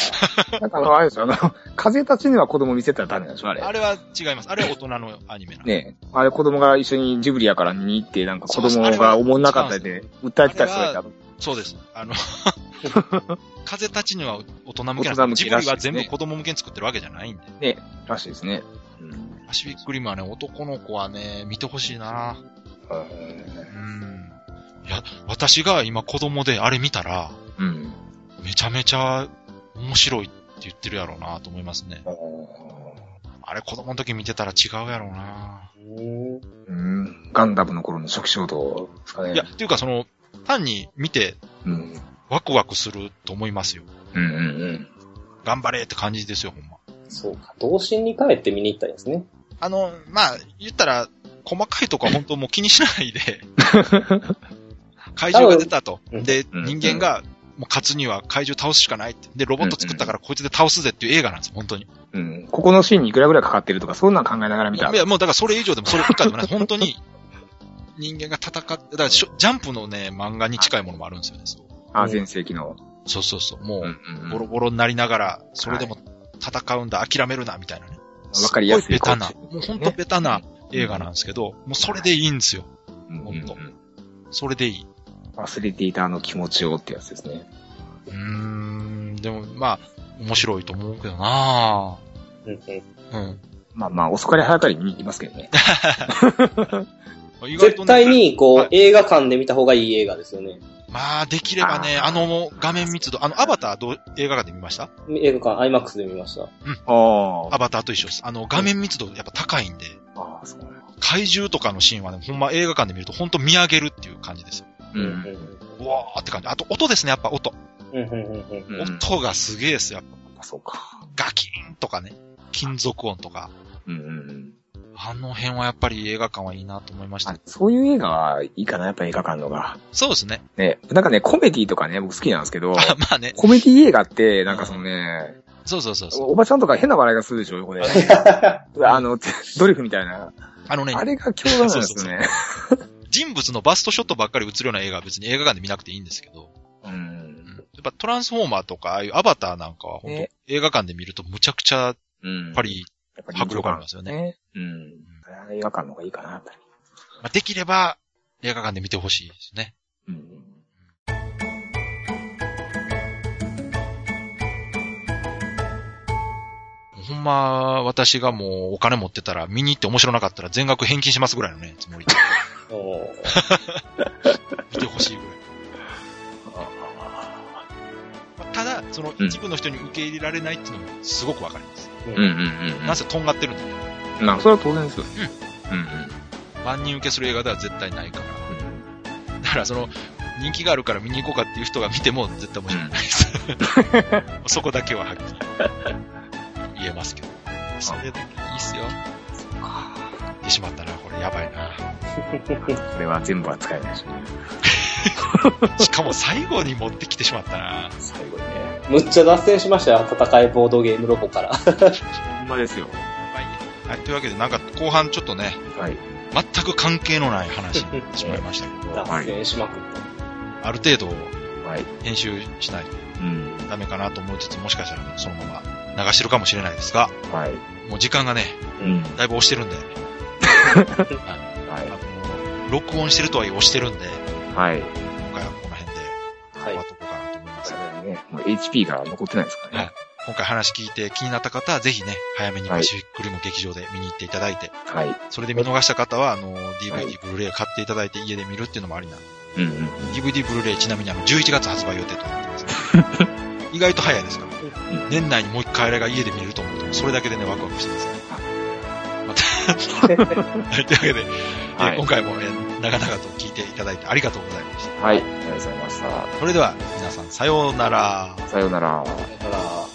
ー
なんかあの、あれでしょ、あの、 風たちには子供見せたらダメなんでしょ、あれ。
あれは違います。あれは大人のアニメなんで。
ねえ。あれ子供が一緒にジブリやから見に行って、なんか子
そう
供
そう
がおもんなかったで、訴えてた人がいた。
そうです。あ の、風たちには大人向け
大
な
人向
んで
け
す。ジブ
らしいで
リ
すね
は全部子供向けに作ってるわけじゃないんで。
らしいですね。うん。
パシフィックリムはね、男の子はね、見てほしいなうん。いや、私が今子供であれ見たら、
うん。
めちゃめちゃ面白いって言ってるやろうなと思いますね。あれ子供の時見てたら違うやろうな
うん
うん。ガンダムの頃の初期衝動ですかね。
いや、っていうかその、単に見て
うん。
ワクワクすると思いますよ。
うんうん
頑張れって感じですよ、ほんま。
そうか。童心に帰って見に行ったんですね。
あの、まあ、言ったら、細かいとこは本当もう気にしないで、怪獣が出たと。
うん
で、
うん
人間が、もう勝つには怪獣倒すしかないって。で、ロボット作ったからこいつで倒すぜっていう映画なんです、本当に。
うん。うん。ここのシーンにいくらぐらいかかってるとか、そんなん考えながら見た。
いや、もうだからそれ以上でもそれ以下で もない。本当に、人間が戦って、だからしょジャンプのね、漫画に近いものもあるんですよね。
あ、前世紀の。
そうそうそう。
う
も
ん
う、
うんうん
ボロボロになりながら、それでも戦うんだ、諦めるな、みたいなね。
わかりやすい
ごベタな、
こっち
もう本当ベタな映画なんですけど、もうそれでいいんですよ。
うんうんうん
ほんそれでいい。
忘れていたあの気持ちをってやつですね。
うーん、でもまあ、面白いと思うけどな
うんうん
うん。
まあまあ、遅かれ早かれ見に行きますけ どね。
意
絶対
ね、
に、こ、
はいう
映画館で見た方がいい映画ですよね。
まあ、できればね、あ
あー
の画面密度、あの、アバターどう、映画館で見ました
映画館、IMAX で見ました。
あ
アバターと一緒です。あの、画面密度やっぱ高いんで、
ああ、そうなんや
怪獣とかのシーンはね、ほんま映画館で見るとほんと見上げるっていう感じですよ。
う
うん
ん。
うわーって感じ。あと、音ですね、やっぱ音。
うんうんうんうん
うん
音がすげえですよ。やっ
そうか。
ぱガキーンとかね、金属音とか。
うんうんうん。
あの辺はやっぱり映画館はいいなと思いました
あ。そういう映画はいいかな、やっぱ映画館のが。
そうですね。
ね。なんかね、コメディとかね、僕好きなんですけ ど、
あまあね。
コメディ映画って、なんかそのね、
そうそうそうそう。
おばちゃんとか変な笑いがするでしょ、横で。あの、ドリフみたいな。
あのね、
あれが強なんですよね。
人物のバストショットばっかり映るような映画は別に映画館で見なくていいんですけど、
うん
やっぱトランスフォーマーとか、ああいうアバターなんかは本
ね
当映画館で見るとむちゃくちゃ、やっ
うん。や
ぱ、り、迫力ありますよね
ね。うん。あれ映画館の方がいいかな、やっぱり。
まあ、できれば映画館で見てほしいですね。
うん。
ほんま、私がもうお金持ってたら見に行って面白なかったら全額返金しますぐらいのね、つもりで。
おー
見てほしいぐらい。まあただ、その
うん
一部の人に受け入れられないっていうのもすごくわかります。
うんうんうん。
なぜとんがってるんだ
まあ、それは当然ですよ。うん。うん
万人受けする映画では絶対ないから。
うん。
だからその、人気があるから見に行こうかっていう人が見ても絶対面白くないです。 そこだけははっき り言えますけど。それだけいいっすよ。言ってしまったな、これやばいな。
これは全部は使えないでしょ。
しかも最後に持ってきてしまったな。
最後にね。
むっちゃ脱線しましたよ。戦いボードゲームロボから。
ほんまですよ。
はい、というわけでなんか後半ちょっとね、
はい。
全く関係のない話になってしまいました けど、
脱線しまくっ
ある程度
はい。
編集しないと
うん。
ダメかなと思いつつ、もしかしたらそのまま流してるかもしれないですが、
はい。
もう時間がね、
うん。
だいぶ押してるんで、
は
あの録音してるとはいえ押してるんで、
い。はい。
今回はこの辺で
た。は
終
い
わっ。とこうかなと思います。
ね、もう HP が残ってないですからね。
今回話聞いて気になった方はぜひね、早めに
はい
パシフィックリム劇場で見に行っていただいて、
はい。
それで見逃した方は、あの、DVD、
はい
ブルーレイ買っていただいて家で見るっていうのもありな。
うんうん。
DVD、ブルーレイちなみにあの、11月発売予定となって ます。意外と早いですから。年内にもう一回あれが家で見れると思うと、それだけでね、ワクワクしてます。また、はい というわけで、えー
はい
今回も、えー長々と聞いていただいてありがとうございまし
はい。ありがとうございました。
た。それでは、皆さん、さようなら。
さようなら。
だから